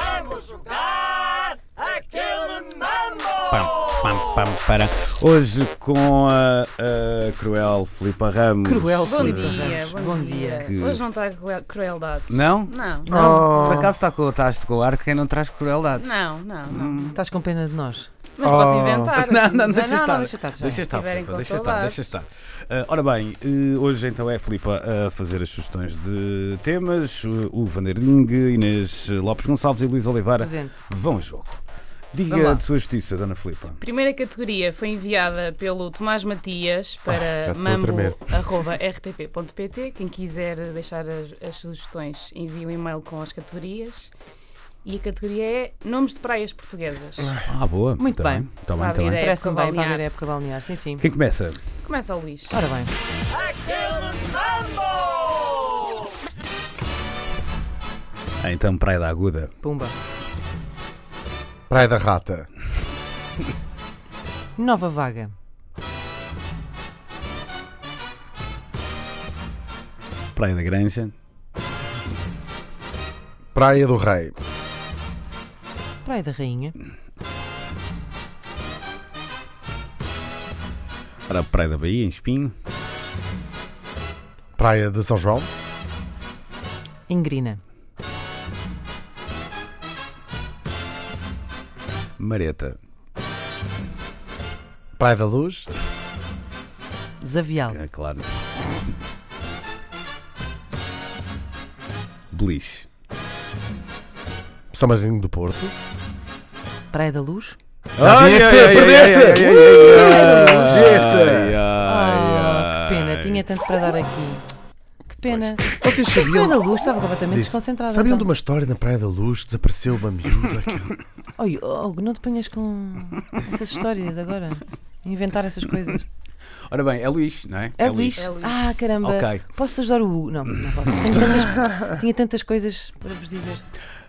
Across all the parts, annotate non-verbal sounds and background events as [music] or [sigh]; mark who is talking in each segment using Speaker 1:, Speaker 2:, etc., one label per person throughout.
Speaker 1: Vamos jogar aquele mambo!
Speaker 2: Pam, pam, pam, param. Hoje com a, a cruel Filipa Ramos.
Speaker 3: Cruel
Speaker 2: Eh,
Speaker 4: Bom
Speaker 3: Bom dia,
Speaker 4: dia, bom dia.
Speaker 2: Que-
Speaker 4: Hoje não está cruel- crueldades.
Speaker 2: Não?
Speaker 4: Não,
Speaker 3: Oh.
Speaker 2: Por acaso está com, estás com o ar quem não traz crueldades. Hum.
Speaker 4: não, não. não.
Speaker 3: Estás com pena de nós?
Speaker 4: Mas posso
Speaker 1: Oh.
Speaker 2: [laughs]
Speaker 4: inventar.
Speaker 2: Não, não, deixa
Speaker 3: não,
Speaker 2: estar.
Speaker 3: não, deixa estar, já.
Speaker 2: Deixa estar,
Speaker 4: Tiverem
Speaker 2: Filipa,
Speaker 4: com
Speaker 2: deixa estar,
Speaker 4: saudades.
Speaker 2: deixa estar. Ah, ora bem, eh, hoje então é a Filipa a fazer as sugestões de temas. O- O Vanderding, Inês Lopes Gonçalves e Luís Oliveira
Speaker 3: Presente.
Speaker 2: vão a jogo.
Speaker 3: Vamos
Speaker 2: Diga
Speaker 3: lá.
Speaker 2: de sua justiça, Dona Filipa.
Speaker 4: Primeira categoria foi enviada pelo Tomás Matias
Speaker 1: Ah, já
Speaker 4: para
Speaker 1: estou a tremer.
Speaker 4: [laughs] mambo.rtp.pt. Quem quiser deixar as, as sugestões, envie um e-mail com as categorias. E a categoria é Nomes de Praias Portuguesas.
Speaker 2: Ah, boa.
Speaker 3: Muito
Speaker 2: Tá
Speaker 3: bem.
Speaker 2: Está bem,
Speaker 4: Para
Speaker 2: está
Speaker 4: abrir
Speaker 2: bem.
Speaker 4: a-
Speaker 3: Parece-me
Speaker 4: É época
Speaker 3: bem um para a
Speaker 4: balnear.
Speaker 3: primeira época balnear, sim, sim.
Speaker 2: Quem começa?
Speaker 4: Começa o Luís.
Speaker 3: Ora bem,
Speaker 1: Aquele mambo!
Speaker 2: Ah, então, Praia da Aguda.
Speaker 3: pumba.
Speaker 5: Praia da Rata,
Speaker 3: Nova vaga.
Speaker 2: Praia da Granja.
Speaker 5: Praia do Rei,
Speaker 3: Praia da Rainha.
Speaker 2: Para a Praia da Bahia, em Espinho.
Speaker 5: Praia de São João,
Speaker 3: Ingrina.
Speaker 2: Mareta.
Speaker 5: Praia da Luz,
Speaker 3: Zavial.
Speaker 2: É claro. Beliche.
Speaker 5: São Martinho do Porto.
Speaker 3: Praia da Luz.
Speaker 5: Ai,
Speaker 2: Ai,
Speaker 5: esse,
Speaker 2: ai,
Speaker 5: perdeste!
Speaker 2: ai, ai, ai, ai,
Speaker 5: Esse!
Speaker 2: ai, ai,
Speaker 3: Ah, que pena.
Speaker 2: ai.
Speaker 3: Tinha tanto para dar aqui. Que pena.
Speaker 5: Vocês
Speaker 3: Mas Praia
Speaker 5: sabiam,
Speaker 3: da Luz estava completamente
Speaker 5: Disse.
Speaker 3: desconcentrada.
Speaker 5: sabiam de
Speaker 3: então.
Speaker 5: uma história na Praia da Luz? Desapareceu uma miúda. que-
Speaker 3: Oi, oh, não te ponhas com essas histórias agora. Inventar essas coisas.
Speaker 2: Ora bem, é Luís, não é?
Speaker 3: É, Luís.
Speaker 4: É Luís.
Speaker 3: Ah, caramba.
Speaker 2: Ok.
Speaker 3: Posso ajudar o Hugo? Não, não posso. Tenho tantas- tinha tantas coisas para vos dizer.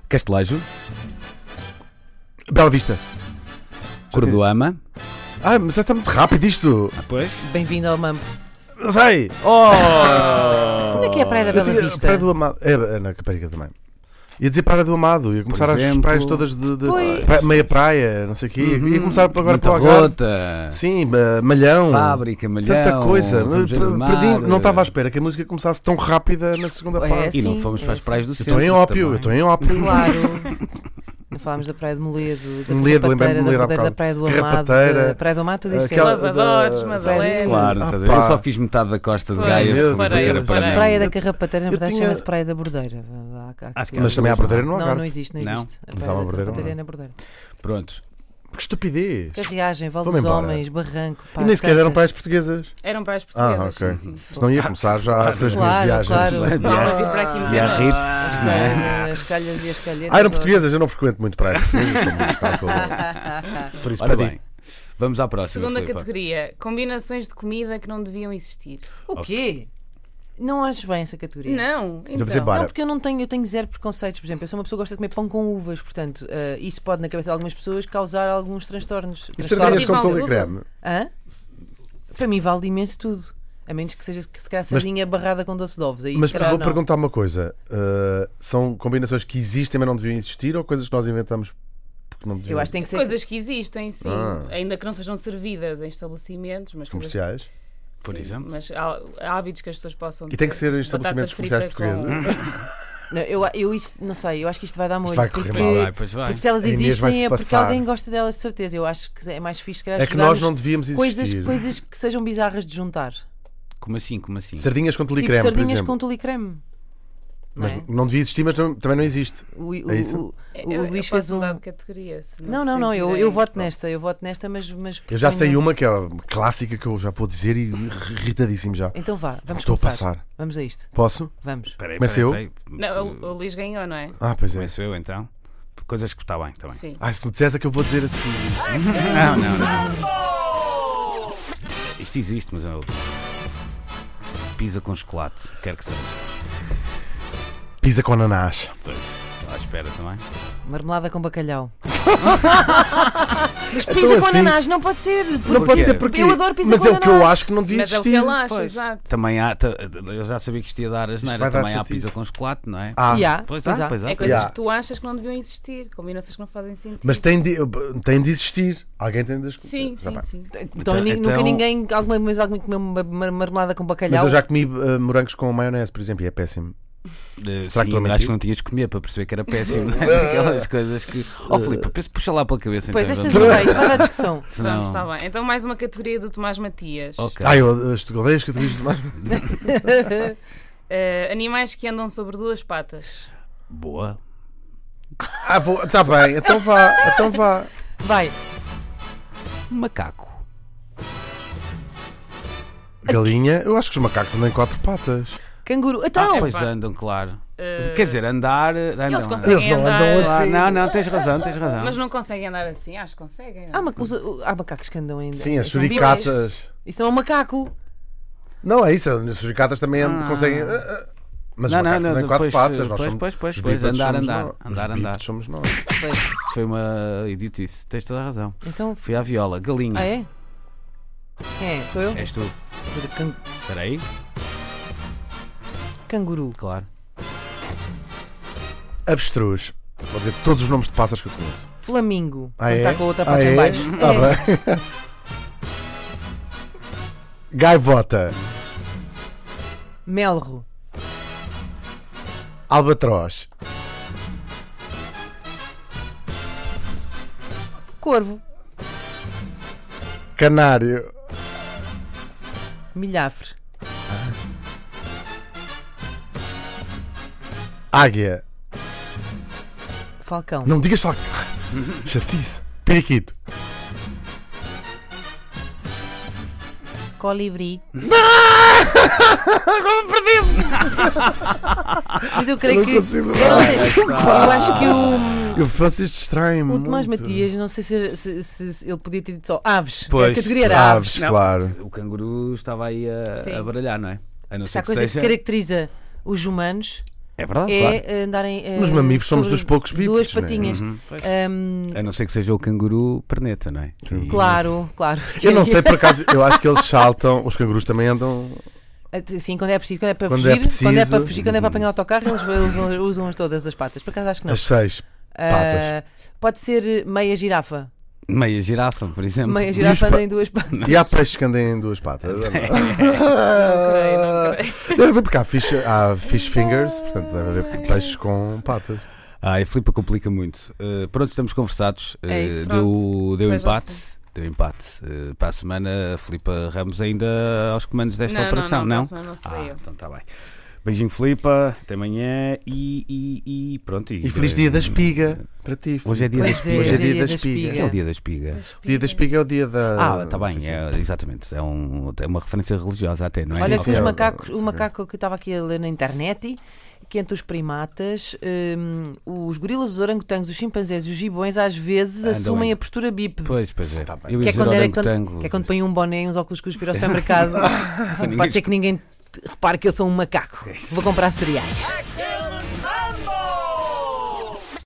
Speaker 2: Castelejo.
Speaker 5: [laughs] Bela Vista.
Speaker 2: Cordoama.
Speaker 5: Ah, mas é tão muito rápido isto.
Speaker 2: Ah, pois.
Speaker 3: Bem-vindo ao Mambo.
Speaker 5: Não sei.
Speaker 2: Oh!
Speaker 3: Onde é que é a Praia da
Speaker 5: Eu
Speaker 3: Bela
Speaker 5: tinha-
Speaker 3: Vista?
Speaker 5: Praia do Amado. É, é, na Caparica também. Ia dizer Praia do Amado, ia começar as
Speaker 2: exemplo. Uhum.
Speaker 5: praias todas de, de-
Speaker 3: Pois.
Speaker 5: pra- meia praia, não sei o quê. Ia- Ia começar agora
Speaker 2: Muita
Speaker 5: pelo Algarve.
Speaker 2: Rota.
Speaker 5: Sim, ma- Malhão.
Speaker 2: Fábrica, Malhão.
Speaker 5: Tanta coisa.
Speaker 2: Vamos ver
Speaker 5: Per-
Speaker 2: o mar.
Speaker 5: perdi- não estava à espera que a música começasse tão rápida na segunda
Speaker 3: É,
Speaker 5: parte.
Speaker 2: E não
Speaker 3: Sim,
Speaker 2: fomos
Speaker 3: é
Speaker 2: para as
Speaker 3: sim.
Speaker 2: praias do
Speaker 5: Eu
Speaker 2: centro.
Speaker 5: estou em ópio, eu
Speaker 2: também.
Speaker 5: estou em [laughs] ópio.
Speaker 3: Claro. Não falámos da Praia de Moledo, da
Speaker 5: Moledo,
Speaker 3: Moledo,
Speaker 5: lembrei-me de Moledo há
Speaker 3: da, Rodeira da
Speaker 5: bocado.
Speaker 3: Praia do Amado,
Speaker 5: Carrapateira,
Speaker 3: da Praia do Amado, tudo isso
Speaker 5: Aquela
Speaker 3: é.
Speaker 4: Lavadores,
Speaker 5: da-
Speaker 4: Madalena.
Speaker 2: Claro, estás a ver?
Speaker 5: Ah,
Speaker 2: eu
Speaker 5: pá.
Speaker 2: só fiz metade da costa de
Speaker 4: Pois,
Speaker 2: Gaia
Speaker 5: meu
Speaker 2: porque
Speaker 5: Deus.
Speaker 2: era para
Speaker 4: Parei.
Speaker 2: não.
Speaker 3: Praia da
Speaker 5: Eu-
Speaker 3: Carrapateira, na
Speaker 5: eu
Speaker 3: verdade,
Speaker 5: tinha-
Speaker 3: chama-se Praia da Bordeira. Há- há- há-
Speaker 2: Acho que
Speaker 3: há-
Speaker 5: Mas também há Bordeira no
Speaker 3: Não,
Speaker 5: Algarve.
Speaker 3: não existe, não
Speaker 2: Não?
Speaker 3: existe. A
Speaker 5: Mas
Speaker 3: Praia
Speaker 5: há uma
Speaker 3: da
Speaker 5: Bordeira no
Speaker 3: Carrapateira é na Bordeira.
Speaker 2: Pronto.
Speaker 5: Que estupidez.
Speaker 3: Carriagem, Val dos
Speaker 5: Vou-me embora.
Speaker 3: Homens, Barranco, pá,
Speaker 5: E nem sequer eram
Speaker 3: Cacas.
Speaker 5: praias portuguesas.
Speaker 4: Eram praias portuguesas.
Speaker 5: Ah,
Speaker 4: sim,
Speaker 5: ok.
Speaker 4: sim.
Speaker 5: Senão ia começar já com as minhas
Speaker 3: Claro,
Speaker 5: viagens. Ah,
Speaker 3: claro.
Speaker 4: Não, mas vir para aqui
Speaker 2: E a
Speaker 4: meter-nos.
Speaker 3: Ah,
Speaker 2: Ritz, não é?
Speaker 3: As calhas e as calheiras.
Speaker 5: Ah, eram portuguesas, eu não frequento muito praias portuguesas. estou muito calculado.
Speaker 3: [laughs]
Speaker 5: Por isso
Speaker 2: Ora
Speaker 5: perdi.
Speaker 2: bem, vamos à próxima.
Speaker 4: Segunda
Speaker 2: Filipa.
Speaker 4: categoria, combinações de comida que não deviam existir.
Speaker 3: O quê? Não acho bem essa categoria.
Speaker 4: Não, então.
Speaker 5: dizer bar.
Speaker 3: Não,
Speaker 5: Para.
Speaker 3: porque eu não tenho, eu tenho zero preconceitos, por exemplo. Eu sou uma pessoa que gosta de comer pão com uvas, portanto, eh, isso pode na cabeça de algumas pessoas causar alguns transtornos.
Speaker 5: E
Speaker 3: Transtornos.
Speaker 5: sardinhas com
Speaker 4: Vale
Speaker 5: cola e
Speaker 4: tudo.
Speaker 5: creme?
Speaker 3: Hã? Para mim vale imenso tudo. A menos que seja que se calhar
Speaker 5: Mas-
Speaker 3: sardinha barrada com doce de ovos. Aí,
Speaker 5: Mas
Speaker 3: se calhar,
Speaker 5: vou
Speaker 3: não.
Speaker 5: perguntar uma coisa: Uh, são combinações que existem, mas não deviam existir, ou coisas que nós inventamos porque não deviam
Speaker 3: Eu acho que tem que ser.
Speaker 4: Coisas que existem, sim.
Speaker 5: Ah.
Speaker 4: Ainda que não sejam servidas em estabelecimentos, mas coisas-
Speaker 5: comerciais?
Speaker 2: Por
Speaker 4: sim,
Speaker 2: exemplo?
Speaker 4: Mas há há hábitos que as pessoas possam ter.
Speaker 5: E tem que ser em
Speaker 4: Batata
Speaker 5: estabelecimentos
Speaker 4: frita
Speaker 5: comerciais portugueses.
Speaker 4: [laughs] com-
Speaker 3: Não, eu, eu isto, não sei, eu acho que isto vai dar molho.
Speaker 5: vai correr
Speaker 3: porque,
Speaker 5: mal.
Speaker 2: Vai, pois vai.
Speaker 3: porque se elas
Speaker 5: A Inês vai-se
Speaker 3: existem é porque
Speaker 5: passar.
Speaker 3: alguém gosta delas de certeza. Eu acho que é mais fixe que
Speaker 5: É que nós não devíamos
Speaker 3: coisas,
Speaker 5: existir.
Speaker 3: coisas que sejam bizarras de juntar.
Speaker 2: Como assim, como assim?
Speaker 5: Sardinhas com tule e
Speaker 3: tipo
Speaker 5: creme, por
Speaker 3: sardinhas
Speaker 5: exemplo.
Speaker 3: com tule e creme. Não
Speaker 5: Mas
Speaker 3: é?
Speaker 5: não devia existir, mas tam- também não existe.
Speaker 3: O, o-
Speaker 5: É isso?
Speaker 3: o-
Speaker 4: Eu-
Speaker 3: o
Speaker 4: eu
Speaker 3: Luís
Speaker 4: posso
Speaker 3: fez um.
Speaker 4: mudar de categoria, se
Speaker 3: Não,
Speaker 4: se
Speaker 3: não, não, eu,
Speaker 4: sentirem.
Speaker 3: eu voto nesta, eu voto nesta, mas. mas
Speaker 5: Eu já sei
Speaker 3: proponho-
Speaker 5: uma que é uma clássica que eu já vou dizer e irritadíssimo já.
Speaker 3: Então vá, vamos
Speaker 5: Estou a
Speaker 3: começar.
Speaker 5: passar.
Speaker 3: Vamos a isto,
Speaker 5: Posso?
Speaker 3: vamos.
Speaker 2: Peraí,
Speaker 5: Começo eu?
Speaker 4: Não, o, o Luís ganhou, não é?
Speaker 5: Ah, pois é.
Speaker 2: Começo eu então? Coisas que está bem, está bem.
Speaker 4: Sim.
Speaker 5: Ai, se me disseres é que eu vou dizer a seguir.
Speaker 2: Não, não, não.
Speaker 1: Mambo!
Speaker 2: Isto existe, mas é outro. Pisa com chocolate, quer que seja.
Speaker 5: Pisa com ananás.
Speaker 2: Pois, estou à espera também.
Speaker 3: Marmelada com bacalhau. Mas
Speaker 5: Então,
Speaker 3: pizza com
Speaker 5: assim-
Speaker 3: ananás não pode ser.
Speaker 5: Não
Speaker 2: Porquê?
Speaker 5: pode ser porque.
Speaker 3: Eu adoro pizza
Speaker 5: Mas
Speaker 3: com
Speaker 5: é o que eu
Speaker 3: ananás.
Speaker 5: acho que não devia
Speaker 4: Mas é o que
Speaker 5: existir.
Speaker 4: ele acha,
Speaker 3: Pois.
Speaker 4: exato.
Speaker 2: Também há. ta- Eu já sabia que isto ia dar as
Speaker 5: Isto vai dar
Speaker 2: Também há
Speaker 5: chatice.
Speaker 2: pizza com chocolate, não é?
Speaker 5: Ah,
Speaker 3: Yeah,
Speaker 2: Pois
Speaker 3: pois
Speaker 2: há,
Speaker 3: há.
Speaker 2: pois há.
Speaker 4: É coisas
Speaker 5: Yeah.
Speaker 4: que tu achas que não deviam existir, combinações que não fazem sentido.
Speaker 5: Mas tem de, tem de existir. Alguém tem de escutar.
Speaker 4: Sim, sim, sim.
Speaker 3: Então,
Speaker 2: Então-
Speaker 3: ni- nunca
Speaker 2: então-
Speaker 3: ninguém, alguma vez alguém comeu uma mar- marmelada com bacalhau.
Speaker 5: Mas eu já comi eh, morangos com maionese, por exemplo, e é péssimo.
Speaker 2: Eh,
Speaker 5: Será que
Speaker 2: sim,
Speaker 5: estou a mentir?
Speaker 2: acho que não tinhas que comer para perceber que era
Speaker 5: [laughs]
Speaker 2: péssimo. não é? Aquelas coisas que. Oh, Filipe, pensa- puxa lá pela cabeça.
Speaker 3: Pois,
Speaker 2: então,
Speaker 3: estas
Speaker 2: vamos-
Speaker 3: não vai, isto vai dar
Speaker 5: [laughs]
Speaker 3: discussão.
Speaker 2: Não.
Speaker 4: Pronto, está bem. Então mais uma categoria do Tomás Matias.
Speaker 2: Ok.
Speaker 5: Ai, eu eh, est- odeio as categorias de mais.
Speaker 4: Eh, animais que andam sobre duas patas.
Speaker 2: Boa.
Speaker 5: Ah, vou. Está bem, então vá, então vá.
Speaker 3: Vai.
Speaker 2: Macaco.
Speaker 5: Galinha, eu acho que os macacos andam em quatro patas.
Speaker 3: Canguru.
Speaker 2: ah,
Speaker 3: Então,
Speaker 2: pois
Speaker 4: pá.
Speaker 2: andam, claro.
Speaker 4: Eh,
Speaker 2: Quer dizer, andar. eh, Andam,
Speaker 4: eles
Speaker 2: andam.
Speaker 4: conseguem
Speaker 5: Eles não
Speaker 4: andar,
Speaker 5: andam
Speaker 2: Ah,
Speaker 5: assim.
Speaker 2: não, não, tens razão, tens razão.
Speaker 4: mas não conseguem andar assim. Acho que conseguem.
Speaker 3: há, ma- os- o- há macacos que andam ainda.
Speaker 5: Sim, as
Speaker 3: Isso é um bicho.
Speaker 5: suricatas.
Speaker 3: Isso é um macaco.
Speaker 5: Não, é isso, as suricatas também andam-
Speaker 2: Ah.
Speaker 5: conseguem. eh, eh, Mas
Speaker 2: Não,
Speaker 5: os macacos
Speaker 2: não, não,
Speaker 5: andam em quatro
Speaker 2: depois,
Speaker 5: patas. Nós
Speaker 2: pois,
Speaker 5: somos,
Speaker 2: pois, pois,
Speaker 5: os
Speaker 2: pois,
Speaker 5: bípedes
Speaker 2: andar,
Speaker 5: somos
Speaker 2: andar,
Speaker 5: nós. Os
Speaker 2: andar,
Speaker 5: bípedes
Speaker 2: andar.
Speaker 5: somos nós.
Speaker 3: Pois.
Speaker 2: Foi uma idiotice. Tens toda a razão.
Speaker 3: Então,
Speaker 2: Fui à viola, galinha.
Speaker 3: ah, é? Quem é? Sou eu?
Speaker 2: És tu.
Speaker 3: Can-
Speaker 2: Espera aí,
Speaker 3: Canguru.
Speaker 2: claro.
Speaker 5: Avestruz. Vou dizer todos os nomes de passas que eu conheço.
Speaker 3: Flamingo.
Speaker 5: Ah,
Speaker 3: quando
Speaker 5: é?
Speaker 3: está com a outra pata
Speaker 5: ah,
Speaker 3: em
Speaker 5: é?
Speaker 3: baixo.
Speaker 5: Tá bem. Gaivota.
Speaker 3: Melro.
Speaker 5: Albatroz.
Speaker 3: Corvo.
Speaker 5: Canário.
Speaker 3: Milhafre.
Speaker 5: Águia.
Speaker 3: Falcão.
Speaker 5: Não digas faca. Chatice. Periquito.
Speaker 3: Colibri.
Speaker 5: [laughs]
Speaker 3: Agora perdi-me! Mas eu creio
Speaker 5: não
Speaker 3: que.
Speaker 5: consigo
Speaker 3: eu, não
Speaker 5: mais.
Speaker 3: sei, eu acho que o,
Speaker 5: E vocês distraem-me.
Speaker 3: o Tomás
Speaker 5: muito.
Speaker 3: Matias, não sei se, se- se- se ele podia ter dito só aves.
Speaker 2: Pois,
Speaker 3: a categoria era aves.
Speaker 5: Aves,
Speaker 2: Não,
Speaker 5: claro.
Speaker 2: O canguru estava aí
Speaker 4: Sim.
Speaker 2: a, a baralhar, não é? A não
Speaker 3: Se
Speaker 2: ser
Speaker 3: há
Speaker 2: que
Speaker 3: coisa
Speaker 2: seja.
Speaker 3: que caracteriza os humanos
Speaker 2: É verdade,
Speaker 3: é
Speaker 2: claro.
Speaker 3: eh, andarem. eh,
Speaker 5: Nos mamíferos somos
Speaker 3: sobre
Speaker 5: dos poucos
Speaker 3: Duas
Speaker 5: bípedes, né?
Speaker 3: patinhas.
Speaker 2: Uhum, pois.
Speaker 3: Ahm,
Speaker 2: A não ser que seja o canguru perneta, não é? E-
Speaker 3: É. claro, claro.
Speaker 5: Eu não
Speaker 3: [laughs]
Speaker 5: sei, por acaso, eu acho que eles saltam. Os cangurus também andam.
Speaker 3: Sim, quando é preciso, quando é para
Speaker 5: Quando
Speaker 3: fugir,
Speaker 5: é preciso.
Speaker 3: quando é para fugir, quando é para apanhar o autocarro, eles usam, usam todas as patas. Por acaso acho que não.
Speaker 5: As seis.
Speaker 3: Ah, pode ser meia girafa.
Speaker 2: Meia girafa, por exemplo.
Speaker 3: Meia
Speaker 5: os
Speaker 3: girafa
Speaker 5: pa-
Speaker 3: anda em duas patas.
Speaker 5: E há peixes que andam em duas patas.
Speaker 4: creio, não creio.
Speaker 5: Deve haver, porque há fish, há fish fingers, portanto, deve haver peixes com patas.
Speaker 2: Ah, a Filipa complica muito. Uh, pronto, estamos conversados. Uh,
Speaker 4: É isso,
Speaker 2: deu,
Speaker 4: pronto.
Speaker 2: deu
Speaker 4: Seja
Speaker 2: empate.
Speaker 4: assim.
Speaker 2: Deu empate. Uh, para a semana, a Filipa Ramos ainda aos comandos desta
Speaker 4: não,
Speaker 2: operação,
Speaker 4: não,
Speaker 2: não?
Speaker 4: não, não,
Speaker 2: Ah,
Speaker 4: serei eu.
Speaker 2: então está bem. Beijinho, Filipa. Até amanhã e, e- e pronto.
Speaker 5: E feliz dia da espiga para ti.
Speaker 2: Hoje é dia da
Speaker 3: [laughs] Pois
Speaker 2: espiga.
Speaker 3: é,
Speaker 5: Hoje é dia
Speaker 3: dia
Speaker 5: da
Speaker 3: da
Speaker 5: espiga.
Speaker 2: O que é o dia da espiga?
Speaker 5: Dia da espiga é o dia da.
Speaker 2: Ah, está bem, é, exatamente. É, um, é uma referência religiosa até, não é?
Speaker 3: Olha que
Speaker 5: sim,
Speaker 2: Ok.
Speaker 3: os
Speaker 5: é,
Speaker 3: macacos,
Speaker 5: sim,
Speaker 3: o
Speaker 5: sim.
Speaker 3: macaco que eu estava aqui a ler na internet, que entre os primatas, hum, os gorilas, os orangotangos, os chimpanzés e os gibões às vezes
Speaker 2: Andam
Speaker 3: assumem
Speaker 2: em-
Speaker 3: a postura bípede.
Speaker 2: Pois, pois é.
Speaker 5: Tá bem.
Speaker 2: Eu
Speaker 3: Que
Speaker 2: ia
Speaker 3: é,
Speaker 2: dizer
Speaker 3: quando era,
Speaker 2: orangotango.
Speaker 3: quando, que é quando põem um boné e uns óculos que os
Speaker 2: [laughs]
Speaker 3: ao
Speaker 2: É
Speaker 3: supermercado. Pode ser que ninguém repare que eu sou um macaco. Vou comprar cereais.
Speaker 1: Back